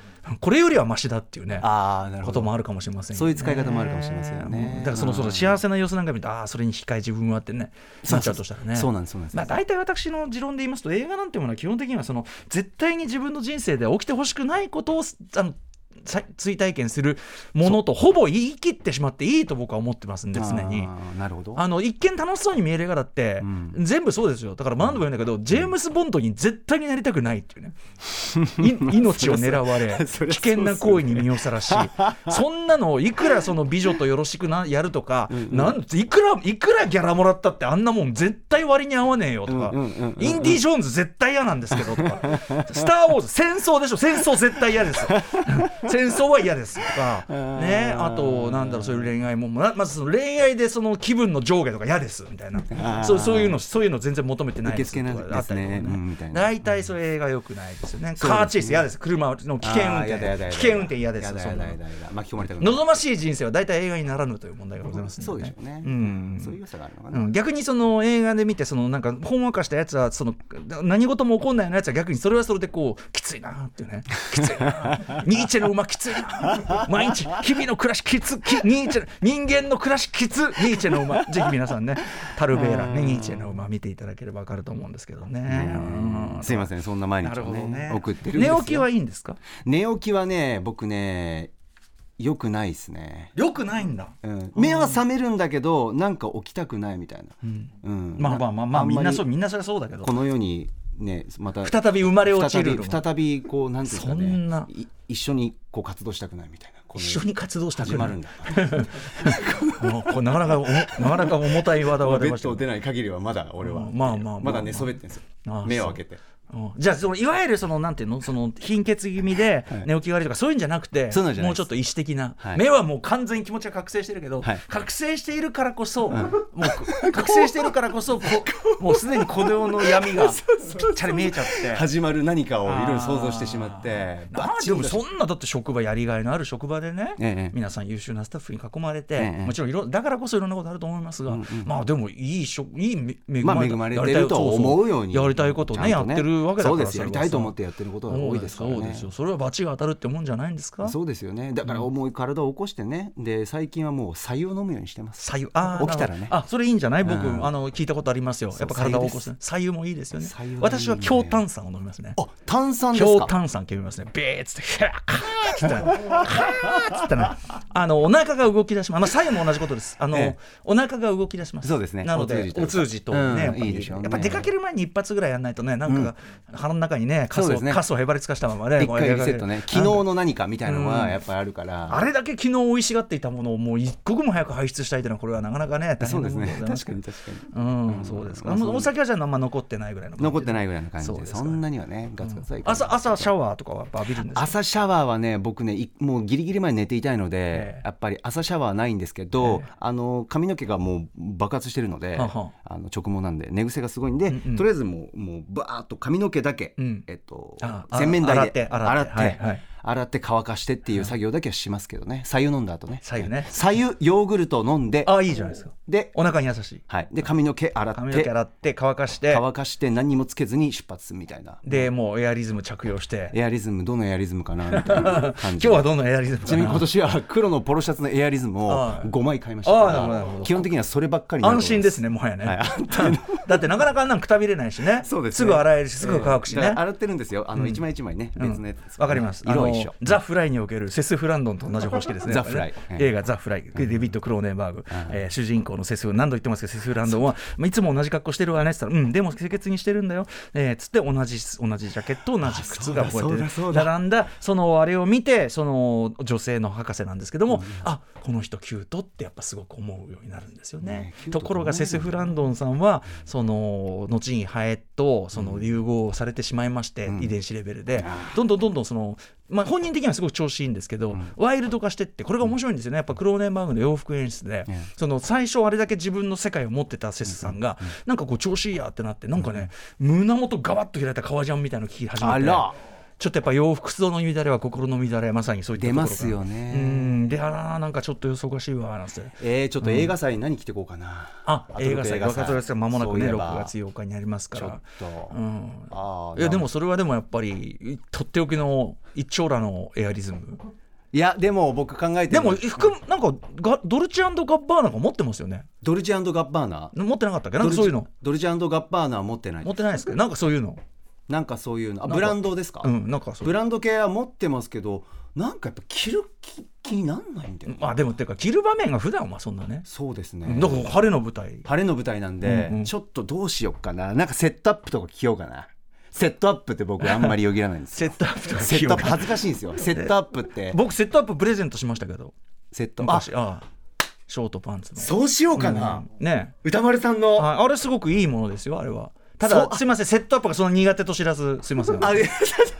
[SPEAKER 1] これよりはマシだっていうね
[SPEAKER 2] ああなる
[SPEAKER 1] こ
[SPEAKER 2] ほ
[SPEAKER 1] と
[SPEAKER 2] ど
[SPEAKER 1] もあるかもしれませんよね
[SPEAKER 2] そういう使い方もあるかもしれませんよね
[SPEAKER 1] うんだからそのその幸せな様子なんか見てああそれに控え自分はってねなっちゃうとしたらね
[SPEAKER 2] そうなんですそうなんです
[SPEAKER 1] まあ、大体私の持論で言いますと映画なんてものは基本的にはその絶対に自分の人生で起きてほしくないことをあのさ追体験するものとほぼ言い切ってしまっていいと僕は思ってますんで常に
[SPEAKER 2] あ。ーなるほど
[SPEAKER 1] あの一見楽しそうに見える映画だって、
[SPEAKER 2] うん
[SPEAKER 1] 全部そうですよだから何度も言うんだけど、ジェームス・ボンドに絶対になりたくないっていうね
[SPEAKER 2] <laughs>
[SPEAKER 1] い命を狙われ
[SPEAKER 2] そりゃそう
[SPEAKER 1] 危険な行為に身をさら
[SPEAKER 2] <laughs>
[SPEAKER 1] しそんなのをいくらその美女とよろしくなやるとか
[SPEAKER 2] うん
[SPEAKER 1] なんいくらいくらギャラもらったってあんなもん絶対割に合わねえよとか。
[SPEAKER 2] うんうんうんうんうん
[SPEAKER 1] インディ・ジョーンズ絶対嫌なんですけどと
[SPEAKER 2] <laughs>
[SPEAKER 1] か「スター・ウォーズ戦争でしょ戦争絶対嫌です戦争は嫌です」とかね
[SPEAKER 2] あ
[SPEAKER 1] あ
[SPEAKER 2] ー
[SPEAKER 1] となんだろうそういう恋愛もままずその恋愛でその気分の上下とか嫌ですみたい
[SPEAKER 2] あ
[SPEAKER 1] な
[SPEAKER 2] ー
[SPEAKER 1] そうそういうのそういうの全然求めてないです
[SPEAKER 2] 受け付けない
[SPEAKER 1] とかあったりとか
[SPEAKER 2] ですねうんみたいな
[SPEAKER 1] 大体そういう映画良くないですよね
[SPEAKER 2] そうですね
[SPEAKER 1] カーチェイス嫌です車の危険運
[SPEAKER 2] あーやだやだ
[SPEAKER 1] 転
[SPEAKER 2] やだ
[SPEAKER 1] 危険運転嫌です
[SPEAKER 2] やだ
[SPEAKER 1] そ
[SPEAKER 2] や
[SPEAKER 1] ん
[SPEAKER 2] だ
[SPEAKER 1] な
[SPEAKER 2] やだやだ巻き込まれたくない
[SPEAKER 1] 望ましい人生は大体映画にならぬという問題がございますんね
[SPEAKER 2] そうでしょうね、
[SPEAKER 1] うん
[SPEAKER 2] そういう良さがあるのか
[SPEAKER 1] う
[SPEAKER 2] な、
[SPEAKER 1] ん、逆にその映画で見てそのなんかほんわかしたやつはその何事も起こんないようなやつは逆にそれはそれでこうきついなっていうねきついな
[SPEAKER 2] <laughs>
[SPEAKER 1] ニーチェの馬きついな毎日日々の暮らしきつきニーチェ人間の暮らしきつニーチェの馬ぜひ皆さんねタルベーラねニーチェの馬見ていただければ分かると思うんですけどね。うん
[SPEAKER 2] すいませんそんな毎
[SPEAKER 1] な
[SPEAKER 2] 日
[SPEAKER 1] る
[SPEAKER 2] を
[SPEAKER 1] ほど
[SPEAKER 2] ね
[SPEAKER 1] ね。
[SPEAKER 2] 送ってるんですよ
[SPEAKER 1] 寝起きはいいんですか
[SPEAKER 2] 寝起きはね僕ね良くないですね、
[SPEAKER 1] よくないんだ。
[SPEAKER 2] うん、目は覚めるんだけどなんか起きたくないみたいな、
[SPEAKER 1] うん
[SPEAKER 2] うん
[SPEAKER 1] まあまあまあまあ
[SPEAKER 2] ん
[SPEAKER 1] みん
[SPEAKER 2] り
[SPEAKER 1] なそうみんなそれはそうだけど
[SPEAKER 2] この世にねまた
[SPEAKER 1] 再び生まれ落ち
[SPEAKER 2] 再
[SPEAKER 1] る
[SPEAKER 2] び
[SPEAKER 1] の
[SPEAKER 2] 再びこうなんていうんですかね
[SPEAKER 1] そんない
[SPEAKER 2] 一緒にこう活動したくないみたいなこの
[SPEAKER 1] 一緒に活動したく
[SPEAKER 2] 始
[SPEAKER 1] な
[SPEAKER 2] ま
[SPEAKER 1] る
[SPEAKER 2] る
[SPEAKER 1] ん
[SPEAKER 2] ん
[SPEAKER 1] だ
[SPEAKER 2] だ。
[SPEAKER 1] もうこれなかなかおなかなか重たい話題
[SPEAKER 2] ま
[SPEAKER 1] が
[SPEAKER 2] あベ
[SPEAKER 1] 出
[SPEAKER 2] ッ
[SPEAKER 1] ました
[SPEAKER 2] ド
[SPEAKER 1] けど
[SPEAKER 2] を出ない限りはまだ俺は、
[SPEAKER 1] うんまあまあまあ
[SPEAKER 2] まだ寝そべってんですよ
[SPEAKER 1] ああ
[SPEAKER 2] 目を開けて
[SPEAKER 1] うんじゃあそのいわゆるそのなんていうのその貧血気味で
[SPEAKER 2] はい
[SPEAKER 1] 寝起きが悪いとかそういうんじゃなくて
[SPEAKER 2] そうなんじゃない
[SPEAKER 1] もう
[SPEAKER 2] で
[SPEAKER 1] ち
[SPEAKER 2] す
[SPEAKER 1] ょっと意思的な、
[SPEAKER 2] はい
[SPEAKER 1] 目はもう完全に気持ちが覚醒してるけど、
[SPEAKER 2] はい
[SPEAKER 1] 覚醒しているからこそ、もう覚醒しているからこそこもうすでにこの世の闇がぴっちゃり見えちゃって。
[SPEAKER 2] 始まる何かをいろいろ想像してしまって
[SPEAKER 1] あー
[SPEAKER 2] バッチ
[SPEAKER 1] で
[SPEAKER 2] リ
[SPEAKER 1] もそんなだって職場やりがいのある職場でね、
[SPEAKER 2] ええ
[SPEAKER 1] 皆さん優秀なスタッフに囲まれて、
[SPEAKER 2] ええ
[SPEAKER 1] もちろんいろだからこそいろんなことあると思いますが、まあでもいい職いいめ恵
[SPEAKER 2] ま
[SPEAKER 1] まれ
[SPEAKER 2] あ恵まれてると思うように
[SPEAKER 1] やりたいことをね
[SPEAKER 2] ち
[SPEAKER 1] や
[SPEAKER 2] ゃ
[SPEAKER 1] っ
[SPEAKER 2] んとね
[SPEAKER 1] てるるわけだから
[SPEAKER 2] そうです
[SPEAKER 1] れ
[SPEAKER 2] や
[SPEAKER 1] は
[SPEAKER 2] りたいと思ってやってることが多いですから
[SPEAKER 1] そう
[SPEAKER 2] ね
[SPEAKER 1] ですよそれは罰が当たるってもんじゃないんですか
[SPEAKER 2] そうですよねだから重い体を起こしてねで最近はもう白湯を飲むようにしてます
[SPEAKER 1] 左右あー
[SPEAKER 2] 起きたらね
[SPEAKER 1] なるほどあそれいいんじゃない僕、
[SPEAKER 2] うん
[SPEAKER 1] あの聞いたことありますよやっぱ体を起こす左右もいいですよね
[SPEAKER 2] 白湯はいいね
[SPEAKER 1] 私は強炭酸を飲みますね
[SPEAKER 2] あ炭酸です
[SPEAKER 1] 強
[SPEAKER 2] か
[SPEAKER 1] 炭酸って呼びますねビーッつってヒャーッつってねカーッつってねあのお腹が動き出します、まあ、左右も同じことですあの、
[SPEAKER 2] ええ
[SPEAKER 1] お腹が動き出します
[SPEAKER 2] そうですね
[SPEAKER 1] なのでお
[SPEAKER 2] お
[SPEAKER 1] 通
[SPEAKER 2] 通
[SPEAKER 1] じ
[SPEAKER 2] じ
[SPEAKER 1] と
[SPEAKER 2] と
[SPEAKER 1] ね、
[SPEAKER 2] いう
[SPEAKER 1] やっ
[SPEAKER 2] か
[SPEAKER 1] ぱり
[SPEAKER 2] うんいいでしょうね
[SPEAKER 1] やっぱ出かける前に一発ぐらいやんないとねなんかが腹の中にねカス
[SPEAKER 2] そう
[SPEAKER 1] を,、
[SPEAKER 2] ですね
[SPEAKER 1] カスをへばりつかしたままね
[SPEAKER 2] 一回リセットね昨日
[SPEAKER 1] の
[SPEAKER 2] の何かみたいなの
[SPEAKER 1] う
[SPEAKER 2] は
[SPEAKER 1] ん
[SPEAKER 2] やっぱりあるから
[SPEAKER 1] あれだけ昨日美味しがっていたものをもう一刻も早く排出したいというのはこれはなかなかね大
[SPEAKER 2] そ
[SPEAKER 1] 変
[SPEAKER 2] う
[SPEAKER 1] な
[SPEAKER 2] です
[SPEAKER 1] もので
[SPEAKER 2] ね
[SPEAKER 1] ございますけ
[SPEAKER 2] 確か
[SPEAKER 1] ど
[SPEAKER 2] に確かに
[SPEAKER 1] うん、そうですか。
[SPEAKER 2] まあ
[SPEAKER 1] も
[SPEAKER 2] そう
[SPEAKER 1] うお酒はじゃああんま残ってないぐらいの感じで。
[SPEAKER 2] 残ってないぐらいの感じ
[SPEAKER 1] そう
[SPEAKER 2] で
[SPEAKER 1] ですか
[SPEAKER 2] そんなにはねガツガツはいかない
[SPEAKER 1] 朝朝シャワーとかはやっぱ浴びるんですか。
[SPEAKER 2] 朝シャワーはね僕ねいもうギリギリまで寝ていたいので、
[SPEAKER 1] ええ
[SPEAKER 2] やっぱり朝シャワーはないんですけど、
[SPEAKER 1] ええ
[SPEAKER 2] あの髪の毛がもう爆発してるので、
[SPEAKER 1] はは
[SPEAKER 2] あの直毛なんで寝癖がすごいんで、
[SPEAKER 1] うんうん
[SPEAKER 2] とりあえずもうもうバーッと髪の毛だけ、
[SPEAKER 1] うん
[SPEAKER 2] えっと
[SPEAKER 1] ああ
[SPEAKER 2] 洗面台で
[SPEAKER 1] 洗って洗って
[SPEAKER 2] 洗って
[SPEAKER 1] はいはい
[SPEAKER 2] 洗って乾かしてっていう作業だけはしますけどね白湯飲んだ後ね
[SPEAKER 1] 白湯ね
[SPEAKER 2] 白湯ヨーグルト飲んで
[SPEAKER 1] ああいいじゃないですか。
[SPEAKER 2] で,、
[SPEAKER 1] お腹に優しい。
[SPEAKER 2] はい、で髪の毛洗って
[SPEAKER 1] 髪の毛洗って乾かして、
[SPEAKER 2] 乾かして何もつけずに出発するみたいな
[SPEAKER 1] でもうエアリズム着用して。
[SPEAKER 2] エアリズムどのエアリズムかなみたいな
[SPEAKER 1] 今
[SPEAKER 2] 感じ
[SPEAKER 1] <laughs> 日
[SPEAKER 2] で
[SPEAKER 1] はどんなエアリズムかな。
[SPEAKER 2] ちなみに今年は黒のポロシャツのエアリズムを
[SPEAKER 1] はい
[SPEAKER 2] 5枚買いましたか
[SPEAKER 1] ああなるほどなるほ
[SPEAKER 2] ら
[SPEAKER 1] ど
[SPEAKER 2] 基本的にはそればっかりになる
[SPEAKER 1] 安心ですねもはやね。
[SPEAKER 2] はい
[SPEAKER 1] <laughs> だってなかなかあんなんくたびれないしね。
[SPEAKER 2] そうですね
[SPEAKER 1] ぐ洗えるしすぐ乾くし
[SPEAKER 2] だ
[SPEAKER 1] ね
[SPEAKER 2] から。洗ってるんですよあの一枚一枚ね、
[SPEAKER 1] うん
[SPEAKER 2] 別のやつです
[SPEAKER 1] わかります。
[SPEAKER 2] 色は
[SPEAKER 1] あの
[SPEAKER 2] 一緒
[SPEAKER 1] ザ・フライにおけるセス・フランドンと同じ方式ですね。
[SPEAKER 2] ザフライ
[SPEAKER 1] これね
[SPEAKER 2] ええ
[SPEAKER 1] 映 <laughs> 画ザ・フライ、デビッド・クローネンバーグ、えー主人公のセス、何度言ってますけど、セス・フランドンは、まあいつも同じ格好してるわねって言ったら、うん、でも清潔にしてるんだよ。えーつって、同じ、同じジャケット、同じ靴がこうやってね
[SPEAKER 2] あそうだそうだそうだ
[SPEAKER 1] 並んだ、そのあれを見て、その女性の博士なんですけども、あこの人キュートってやっぱすごく思うようになるんですよね
[SPEAKER 2] ねえ。キュート
[SPEAKER 1] ところが、セス・フランドンさんは、その、後にハエと、その、融合されてしまいまして、
[SPEAKER 2] ん
[SPEAKER 1] 遺伝子レベルで。どんどんどんどんその、まあ、本人的にはすごく調子いいんですけど、ワイルド化してってこれが面白いんですよねやっぱクローネンバーグの洋服演出で、
[SPEAKER 2] ええ
[SPEAKER 1] その最初あれだけ自分の世界を持ってたセスさんが、なんかこう調子いいやってなってなんかね、胸元ガバッと開いた革ジャンみたいなの着き始めて
[SPEAKER 2] あら
[SPEAKER 1] ちょっとやっぱ洋服装の乱れは心の乱れまさにそういったとこ
[SPEAKER 2] 出
[SPEAKER 1] ろが
[SPEAKER 2] ますよ
[SPEAKER 1] う
[SPEAKER 2] ね
[SPEAKER 1] んであらなんかちょっとよそがしいわなんて
[SPEAKER 2] えー、ちょっと映画祭に何着てこうかな、
[SPEAKER 1] あ
[SPEAKER 2] あと
[SPEAKER 1] 映画祭
[SPEAKER 2] 映画祭
[SPEAKER 1] 若鳥さんまもなくね
[SPEAKER 2] そういえば
[SPEAKER 1] 6月8日にありますか
[SPEAKER 2] ちょ
[SPEAKER 1] ら
[SPEAKER 2] っと、
[SPEAKER 1] うん
[SPEAKER 2] あー
[SPEAKER 1] いやでもそれはでもやっぱりとっておきの一長羅のエアリズム
[SPEAKER 2] いやでも僕考えて
[SPEAKER 1] で
[SPEAKER 2] る
[SPEAKER 1] も服なんかがドルチェガッバーナが持ってますよね
[SPEAKER 2] ドルチェガッバーナ
[SPEAKER 1] 持ってなかったっけなんかそういうの
[SPEAKER 2] ドルチェガッバーナは持ってない
[SPEAKER 1] 持ってないですけどなんかそういうの
[SPEAKER 2] なんかそういうの
[SPEAKER 1] な
[SPEAKER 2] あ
[SPEAKER 1] んか
[SPEAKER 2] ブランドですか、
[SPEAKER 1] うんなんかそう
[SPEAKER 2] ブランド系は持ってますけどなんかやっぱ着る気気になんないんだよ、ね
[SPEAKER 1] まあでもっていうか着る場面が普段はそんなね
[SPEAKER 2] そうですね、
[SPEAKER 1] だから晴れの舞台
[SPEAKER 2] 晴れの舞台なんで、
[SPEAKER 1] うんうん
[SPEAKER 2] ちょっとどうしよっかななんかセットアップとか着ようかなセットアップっ
[SPEAKER 1] <laughs>
[SPEAKER 2] て僕あんまりよぎらないんです
[SPEAKER 1] セットアップとか
[SPEAKER 2] セ
[SPEAKER 1] 着
[SPEAKER 2] ッ
[SPEAKER 1] よう
[SPEAKER 2] トアップ
[SPEAKER 1] か
[SPEAKER 2] 恥ずかしいんですよセットアップって
[SPEAKER 1] 僕セットアッププレゼントしましたけど
[SPEAKER 2] セットあ
[SPEAKER 1] 昔ああショートパンツの
[SPEAKER 2] そうしようか
[SPEAKER 1] う
[SPEAKER 2] な、
[SPEAKER 1] んね
[SPEAKER 2] 歌丸さんの、
[SPEAKER 1] はいあれすごくいいものですよあれはた
[SPEAKER 2] そう
[SPEAKER 1] だ
[SPEAKER 2] あ
[SPEAKER 1] すいませんセットアップがその苦手と知らずすいません
[SPEAKER 2] あ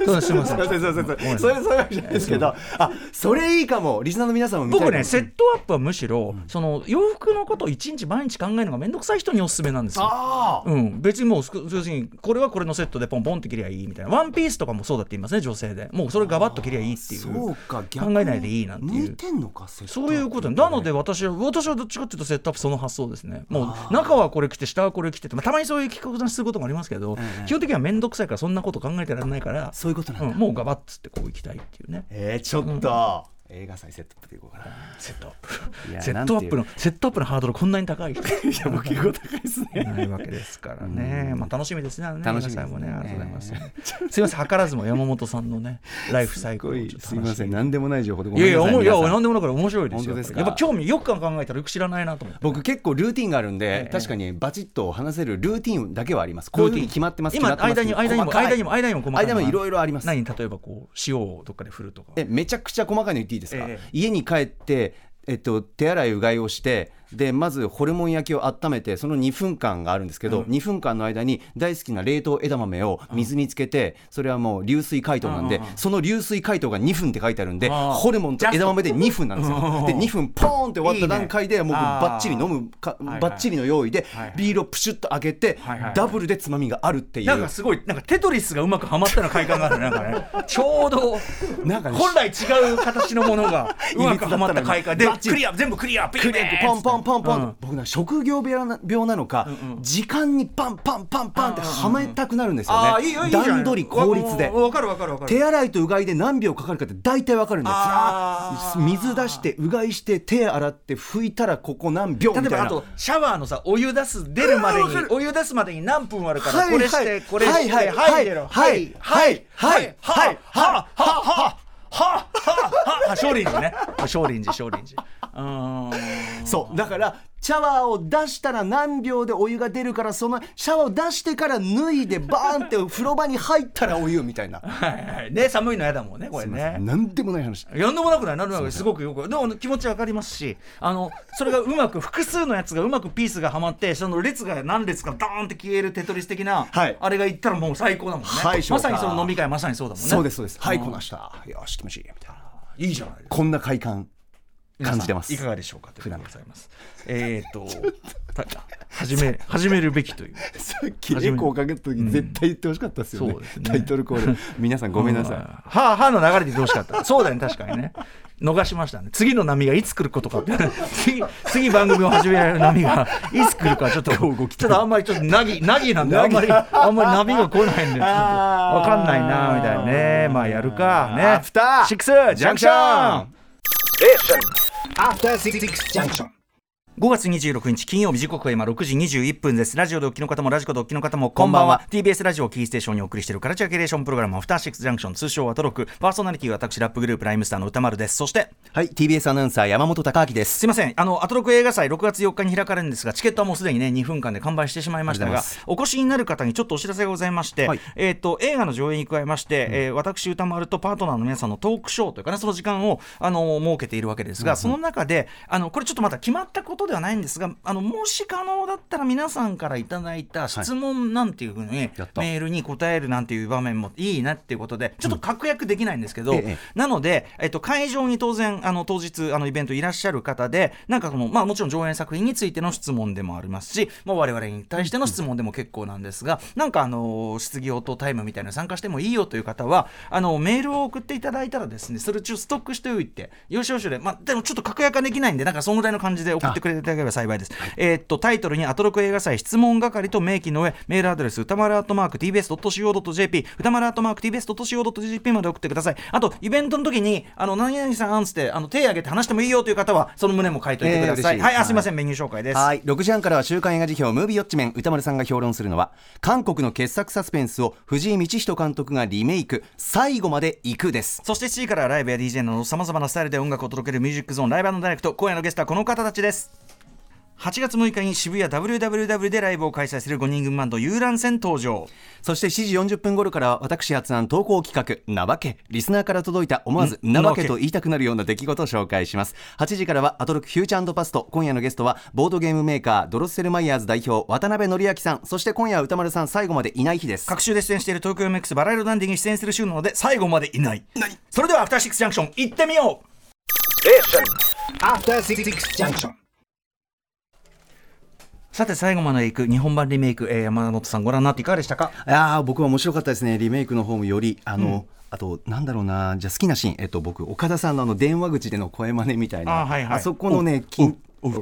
[SPEAKER 1] そうすいませ
[SPEAKER 2] <laughs> すい
[SPEAKER 1] ん
[SPEAKER 2] ませんすいませんすいませんそれそういうわけじゃないですけどあそれいいかもリスナーの皆さんも見たいかも
[SPEAKER 1] 僕ねセットアップはむしろ、その洋服のことを一日毎日考えるのが面倒くさい人におすすめなんですよ。
[SPEAKER 2] ああ
[SPEAKER 1] うん、別にもうすく要するにこれはこれのセットでポンポンって切りゃいいみたいなワンピースとかもそうだって言いますね女性でもうそれガバッと切りゃいいっていう
[SPEAKER 2] そうか逆
[SPEAKER 1] 考えないでいいなんていう
[SPEAKER 2] 向いてんのかセットア
[SPEAKER 1] そ
[SPEAKER 2] ップ
[SPEAKER 1] ういうことなので私は私はどっちかっていうとセットアップその発想ですねもう中はこれ着て下はこれ着てって、まあ、たまにそういう着こなしすることもありますけど、
[SPEAKER 2] ええ
[SPEAKER 1] 基本的には面倒くさいからそんなこと考えてられないから、
[SPEAKER 2] そういうことなん
[SPEAKER 1] う
[SPEAKER 2] だ、
[SPEAKER 1] ん、もうガバッつってこう行きたいっていうね
[SPEAKER 2] えー、ちょっと、映画祭セットアップでいこうかな
[SPEAKER 1] セットアッ
[SPEAKER 2] いや
[SPEAKER 1] プセットアップのセットアップのハードルこんなに高い人
[SPEAKER 2] いや僕結構高いですね
[SPEAKER 1] ないわけですからね。まあ楽しみですね。あのね
[SPEAKER 2] 楽しみですね
[SPEAKER 1] 皆さんもね。ありがとうございます。すいません、図らずも山本さんの
[SPEAKER 2] <laughs>
[SPEAKER 1] ね、ライフサイ
[SPEAKER 2] す
[SPEAKER 1] クルをちょっと
[SPEAKER 2] す
[SPEAKER 1] 話
[SPEAKER 2] いま
[SPEAKER 1] して
[SPEAKER 2] せん、何でもない情報でご
[SPEAKER 1] いやいや、おもいや、
[SPEAKER 2] 皆さん
[SPEAKER 1] なんでもなくら面白いですよ。
[SPEAKER 2] 本当ですか
[SPEAKER 1] やっぱ興味よく考えたらよく知らないなと思って。
[SPEAKER 2] 僕結構ルーティンがあるんで、
[SPEAKER 1] え
[SPEAKER 2] 確かにバチッと話せるルーティンだけはあります。こういうふうに決まってます。
[SPEAKER 1] 今
[SPEAKER 2] 決まってます
[SPEAKER 1] 間に間にも
[SPEAKER 2] 細かい
[SPEAKER 1] 間にも間にも細かいのが
[SPEAKER 2] 間にもいろいろあります。
[SPEAKER 1] 何例えばこう塩をどっかで振るとか。
[SPEAKER 2] えめちゃくちゃ細かいの言っていいですか、
[SPEAKER 1] ええ
[SPEAKER 2] 家に帰って、えっと、手洗いうがいをしてでまずホルモン焼きを温めてその2分間があるんですけど、2分間の間に大好きな冷凍枝豆を水につけて、それはもう流水解凍なんで、
[SPEAKER 1] うんうんうん
[SPEAKER 2] その流水解凍が2分って書いてあるんで、
[SPEAKER 1] あー
[SPEAKER 2] ホルモンと枝豆で2分なんですよ、で2分ポーンって終わった段階でもう
[SPEAKER 1] いいね
[SPEAKER 2] バッチリ飲むか
[SPEAKER 1] いはい
[SPEAKER 2] バッチリの用意で、
[SPEAKER 1] はいはい
[SPEAKER 2] ビールをプシュッと開けて、
[SPEAKER 1] はいはい
[SPEAKER 2] ダブルでつまみがあるっていう
[SPEAKER 1] なんかすごい、なんかテトリスがうまくはまったような快感があるね。なんかね、ちょうど。
[SPEAKER 2] なんかね
[SPEAKER 1] 本来違う形のものがうまくはまった快感で
[SPEAKER 2] いびつだったのに
[SPEAKER 1] クリア全部クリアピー
[SPEAKER 2] クリアポンポンンパンパン、
[SPEAKER 1] うん
[SPEAKER 2] 僕な職業病な病なのか、
[SPEAKER 1] うんうん
[SPEAKER 2] 時間にパンパンパンパンってはめたくなるんですよね、
[SPEAKER 1] ああいいよいいじゃん
[SPEAKER 2] 段取り効率で
[SPEAKER 1] わわわかるわかるわかる
[SPEAKER 2] 手洗いとうがいで何秒かかるかって大体わかるんです
[SPEAKER 1] あー
[SPEAKER 2] 水出してうがいして手洗って拭いたらここ何秒み
[SPEAKER 1] 例
[SPEAKER 2] た
[SPEAKER 1] え
[SPEAKER 2] い
[SPEAKER 1] ば
[SPEAKER 2] な
[SPEAKER 1] あとシャワーのさお湯出す出るまで
[SPEAKER 2] うわーわか
[SPEAKER 1] に
[SPEAKER 2] る
[SPEAKER 1] お湯出すまでに何分あるから
[SPEAKER 2] はい
[SPEAKER 1] これし
[SPEAKER 2] はい
[SPEAKER 1] てこれして
[SPEAKER 2] はいはい
[SPEAKER 1] はい出ろ
[SPEAKER 2] はいはい
[SPEAKER 1] は
[SPEAKER 2] はい
[SPEAKER 1] い
[SPEAKER 2] は
[SPEAKER 1] はいははははは少林寺ね少林寺少林寺うーん
[SPEAKER 2] そうだからシャワーを出したら何秒でお湯が出るからそのシャワーを出してから脱いでバーンって風呂場に入ったらお湯みたいな
[SPEAKER 1] はいはいね寒いの嫌だもんねこれね
[SPEAKER 2] 何でもない話
[SPEAKER 1] やんでもなくないなんでもなくないすごくよくでも気持ちわかりますしあのそれがうまく複数のやつがうまくピースがはまってその列が何列かダーンって消えるテトリス的な、
[SPEAKER 2] はい
[SPEAKER 1] あれがいったらもう最高だもんね、
[SPEAKER 2] はい
[SPEAKER 1] まさにその飲み会まさにそうだもんね
[SPEAKER 2] そうですそうですはい
[SPEAKER 1] ん
[SPEAKER 2] こなしたよし気持ちいいみたいない
[SPEAKER 1] いじゃないですか
[SPEAKER 2] こんな快感
[SPEAKER 1] 皆さん
[SPEAKER 2] 感じてます
[SPEAKER 1] いかがでしょうかということでございますえっ、ー、とた始め始めるべきという
[SPEAKER 2] さっきエコーかけた時絶対言ってほしかったですよね,、
[SPEAKER 1] そうですね
[SPEAKER 2] タイトルコール皆さんごめんなさい、
[SPEAKER 1] はあはあの流れでどうしかった <laughs> そうだよね確かにね逃しましたね次の波がいつ来ること <laughs> かって次次番組を始められる波がいつ来るかちょっ <laughs> とちょっとあんまりちょっとなぎなぎなんであんまりあんまり波が来ない <laughs> んでちょっとわかんないなみたいなねまあやるかね
[SPEAKER 2] アフター
[SPEAKER 1] シックスジャンクション
[SPEAKER 3] After Six Junction.
[SPEAKER 1] 5月26日金曜日時刻は今6時21分ですラジオでお聞きの方もラジコでお聞きの方もこんばんは TBS ラジオをキーステーションにお送りしているカルチャーキュレーションプログラムアフターシックスジャンクション通称はトロクパーソナリティは私ラップグループライムスターの歌丸ですそして
[SPEAKER 2] はい TBS アナウンサー山本貴明です
[SPEAKER 1] すいませんあのアトロク映画祭6月4日に開かれるんですがチケットはもうすでにね2分間で完売してしまいました
[SPEAKER 2] ありが
[SPEAKER 1] が
[SPEAKER 2] とうござ
[SPEAKER 1] お越しになる方にちょっとお知らせがございまして、
[SPEAKER 2] はい
[SPEAKER 1] えー、と映画の上映に加えまして、えー私歌丸とパートナーの皆さんのトークショーというかねその時間をあの設けているわけですが、その中であのこれちょっとまだ決まったことではないんですがあのもし可能だったら皆さんからいただいた質問なんていうふうに、
[SPEAKER 2] やった
[SPEAKER 1] メールに答えるなんていう場面もいいなっていうことでちょっと確約できないんですけど、
[SPEAKER 2] ええ
[SPEAKER 1] なので、えっと、会場に当然あの当日あのイベントいらっしゃる方でなんかこの、まあ、もちろん上演作品についての質問でもありますし、まあ、我々に対しての質問でも結構なんですが、なんかあの質疑応答タイムみたいなの参加してもいいよという方はあのメールを送っていただいたらですねそれ中ストックしておいてよしよしで、まあ、でもちょっと確約ができないんでなんかそのぐらいの感じで送ってくれていただければ幸いです。えっとタイトルに「アトロク映画祭質問係」と明記の上メールアドレス歌丸アットマーク TBS.CO.JP 歌丸アットマーク TBS.CO.JP まで送ってくださいあとイベントの時に「あの何々さん」つってあの手挙げて話してもいいよという方はその旨も書いておいてください、
[SPEAKER 2] えー嬉しい
[SPEAKER 1] はい、
[SPEAKER 2] は
[SPEAKER 1] あ
[SPEAKER 2] い
[SPEAKER 1] すいませんメニュー紹介です
[SPEAKER 2] はい6時半からは週刊映画辞表「ムービーウォッチメン」歌丸さんが評論するのは韓国の傑作サスペンスを藤井道人監督がリメイク「最後まで行く」です
[SPEAKER 1] そして7時からはライブや DJ などさまざまなスタイルで音楽を届けるミュージックゾーンライブダイレクト今夜のゲストはこの方たちです8月6日に渋谷 WWW でライブを開催する5人組バンド遊覧船登場
[SPEAKER 2] そして7時40分頃からは私発案投稿企画「なばけ」リスナーから届いた思わず「
[SPEAKER 1] ん
[SPEAKER 2] なばけ」と言いたくなるような出来事を紹介します8時からは「アトロックフューチャーパスト」今夜のゲストはボードゲームメーカードロッセルマイヤーズ代表渡辺則明さんそして今夜は歌丸さん最後までいない日です
[SPEAKER 1] 各週で出演している東京 MX バラ色ダンディに出演する週なので最後までいないそれではアフターシックスジャンクション行ってみよう
[SPEAKER 3] After Six Junction.
[SPEAKER 1] さて最後まで行く日本版リメイク、えー山本さんご覧になっていかがでしたか
[SPEAKER 2] いやー僕は面白かったですねリメイクの方もよりあの、あとなんだろうなじゃあ好きなシーンえっと僕岡田さんのあの電話口での声真似みたいな
[SPEAKER 1] あはいはい
[SPEAKER 2] そこのね緊や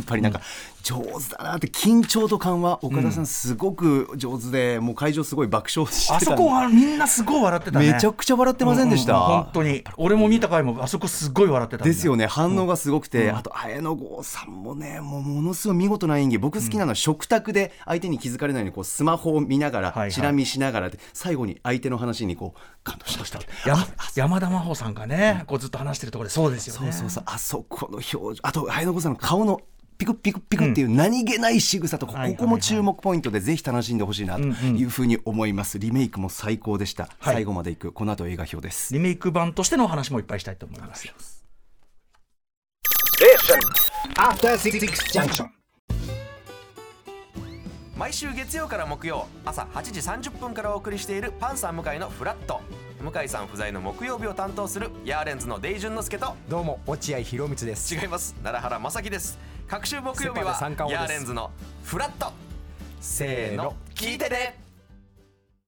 [SPEAKER 2] っぱりなんか上手だなって緊張と緩和岡田さんすごく上手で、もう会場すごい爆笑してたん
[SPEAKER 1] あ
[SPEAKER 2] で
[SPEAKER 1] そこはみんなすごい笑ってたね
[SPEAKER 2] めちゃくちゃ笑ってませんでした、
[SPEAKER 1] ううう本当に俺も見た回もあそこすごい笑ってたもん
[SPEAKER 2] ですよね反応がすごくて、あと綾野剛さんもねもうものすごい見事な演技僕好きなのは食卓で相手に気づかれないようにこうスマホを見なが
[SPEAKER 1] はいは
[SPEAKER 2] ら
[SPEAKER 1] い
[SPEAKER 2] チラ見しながらで最後に相手の話にこう感動しました
[SPEAKER 1] や山田真帆さんがねこうずっと話してるところでそうですよ
[SPEAKER 2] そ
[SPEAKER 1] ね
[SPEAKER 2] うそうそうあそこの表情あと綾野剛さんの顔のピクピクピクっていう何気ない仕草とか、
[SPEAKER 1] はいはいはい
[SPEAKER 2] ここも注目ポイントでぜひ楽しんでほしいなというふうに思います、リメイクも最高でした、
[SPEAKER 1] はい
[SPEAKER 2] 最後までいくこの後映画表です
[SPEAKER 1] リメイク版としてのお話もいっぱいしたいと思います。
[SPEAKER 3] After Six Junction.
[SPEAKER 4] 毎週月曜から木曜朝8時30分からお送りしているパンサー向井のフラット向井さん不在の木曜日を担当するヤーレンズのデイジュンの之介と
[SPEAKER 5] どうも落合博満です
[SPEAKER 4] 違います奈良原雅樹です各週木曜日
[SPEAKER 5] セパ
[SPEAKER 4] は
[SPEAKER 5] で三冠王
[SPEAKER 4] ヤ
[SPEAKER 5] で
[SPEAKER 4] ー
[SPEAKER 5] す
[SPEAKER 4] レンズのフラットせーの聞いてね